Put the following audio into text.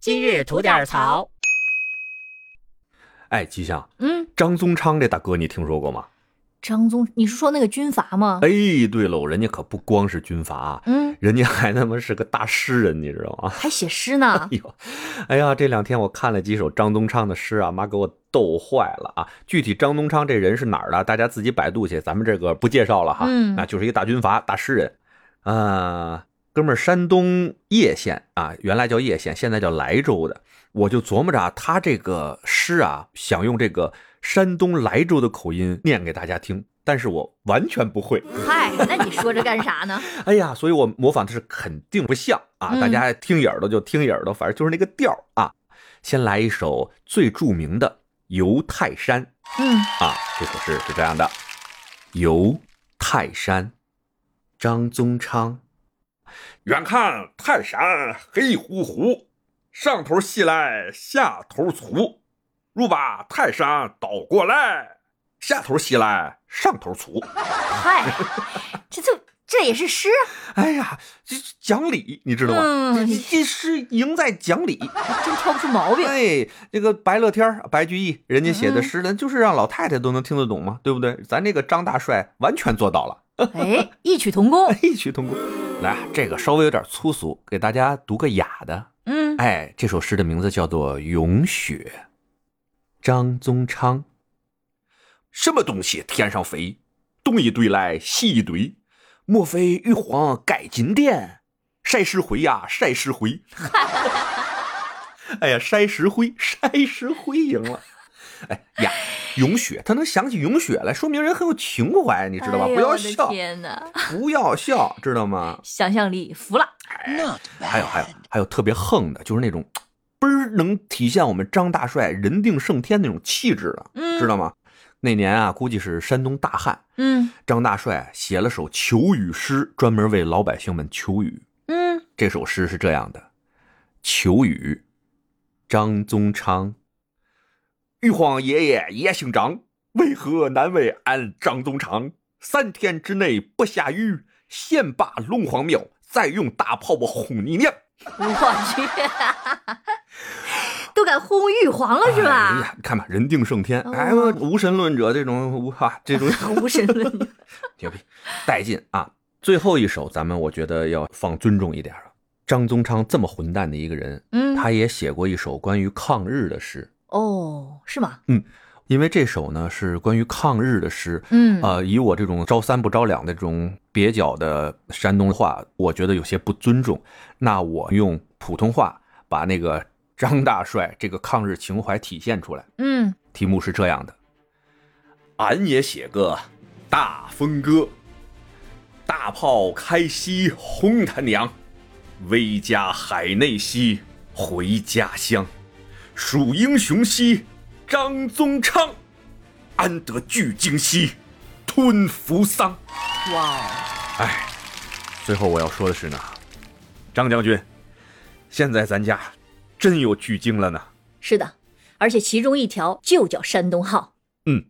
今日吐点槽。哎，吉祥，嗯，张宗昌这大哥你听说过吗？张宗，你是说那个军阀吗？哎，对喽，人家可不光是军阀啊，嗯，人家还他妈是个大诗人，你知道吗？还写诗呢 哎。呦，哎呀，这两天我看了几首张宗昌的诗啊，妈给我逗坏了啊！具体张宗昌这人是哪儿的，大家自己百度去，咱们这个不介绍了哈。嗯那就是一个大军阀、大诗人啊、哥们儿，山东叶县啊，原来叫叶县，现在叫莱州的。我就琢磨着啊，他这个诗啊，想用这个山东莱州的口音念给大家听，但是我完全不会。嗨，那你说这干啥呢？哎呀，所以我模仿的是肯定不像啊，嗯大家听一耳朵就听一耳朵，反正就是那个调儿啊。先来一首最著名的《游泰山嗯，》啊，这首诗是这样的：《游泰山》，张宗昌。远看泰山黑乎乎，上头细来下头粗。若把泰山倒过来，下头细来上头粗。嗨，这就这也是诗。哎呀，这这讲理，你知道吗？嗯这这这诗赢在讲理。啊真挑不出毛病。哎，这个白乐天儿、白居易，人家写的诗呢，就是让老太太都能听得懂嘛，对不对？咱这个张大帅完全做到了。 哎，异曲同工。异曲同工。来，啊这个稍微有点粗俗，给大家读个雅的。嗯， 哎，这首诗的名字叫做《咏雪》，张宗昌。什么东西天上飞，东一堆来西一堆，莫非玉皇盖金殿？晒石灰呀、晒石 灰！哎呀，筛石灰，筛石灰赢了。哎呀，咏雪，他能想起咏雪来，说明人很有情怀，你知道吧？哎呦不要我的笑，天哪，不要笑，知道吗？想象力服了。还有还有还有特别横的，就是那种倍儿能体现我们张大帅人定胜天那种气质的，嗯，知道吗？那年啊，估计是山东大旱，嗯张大帅写了首求雨诗，专门为老百姓们求雨。嗯，这首诗是这样的：求雨，张宗昌。玉皇爷爷爷姓张，为何难为俺张宗昌？三天之内不下雨，先把龙皇庙，再用大炮我轰你娘！我去， 都敢轰玉皇哦了是哎吧？呀，你看吧，人定胜天。哦哎呦，无神论者这种无啊，这种无神论者。牛逼，带劲啊！最后一首，咱们我觉得要放尊重一点了。张宗昌这么混蛋的一个人，嗯，他也写过一首关于抗日的诗，哦，是啊吗？因为这首呢是关于抗日的诗，嗯，呃，以我这种招三不招两的这种蹩脚的山东话，我觉得有些不尊重。那我用普通话把那个张大帅这个抗日情怀体现出来。嗯，题目是这样的：俺也写个大风歌，大炮开西轰他娘，威加海内西回家乡，蜀英雄兮张宗昌，安得巨鲸兮吞哎扶桑。哇，最后我要说的是呢，张将军，现在咱家真有巨鲸了呢。是的，而且其中一条就叫山东号。嗯，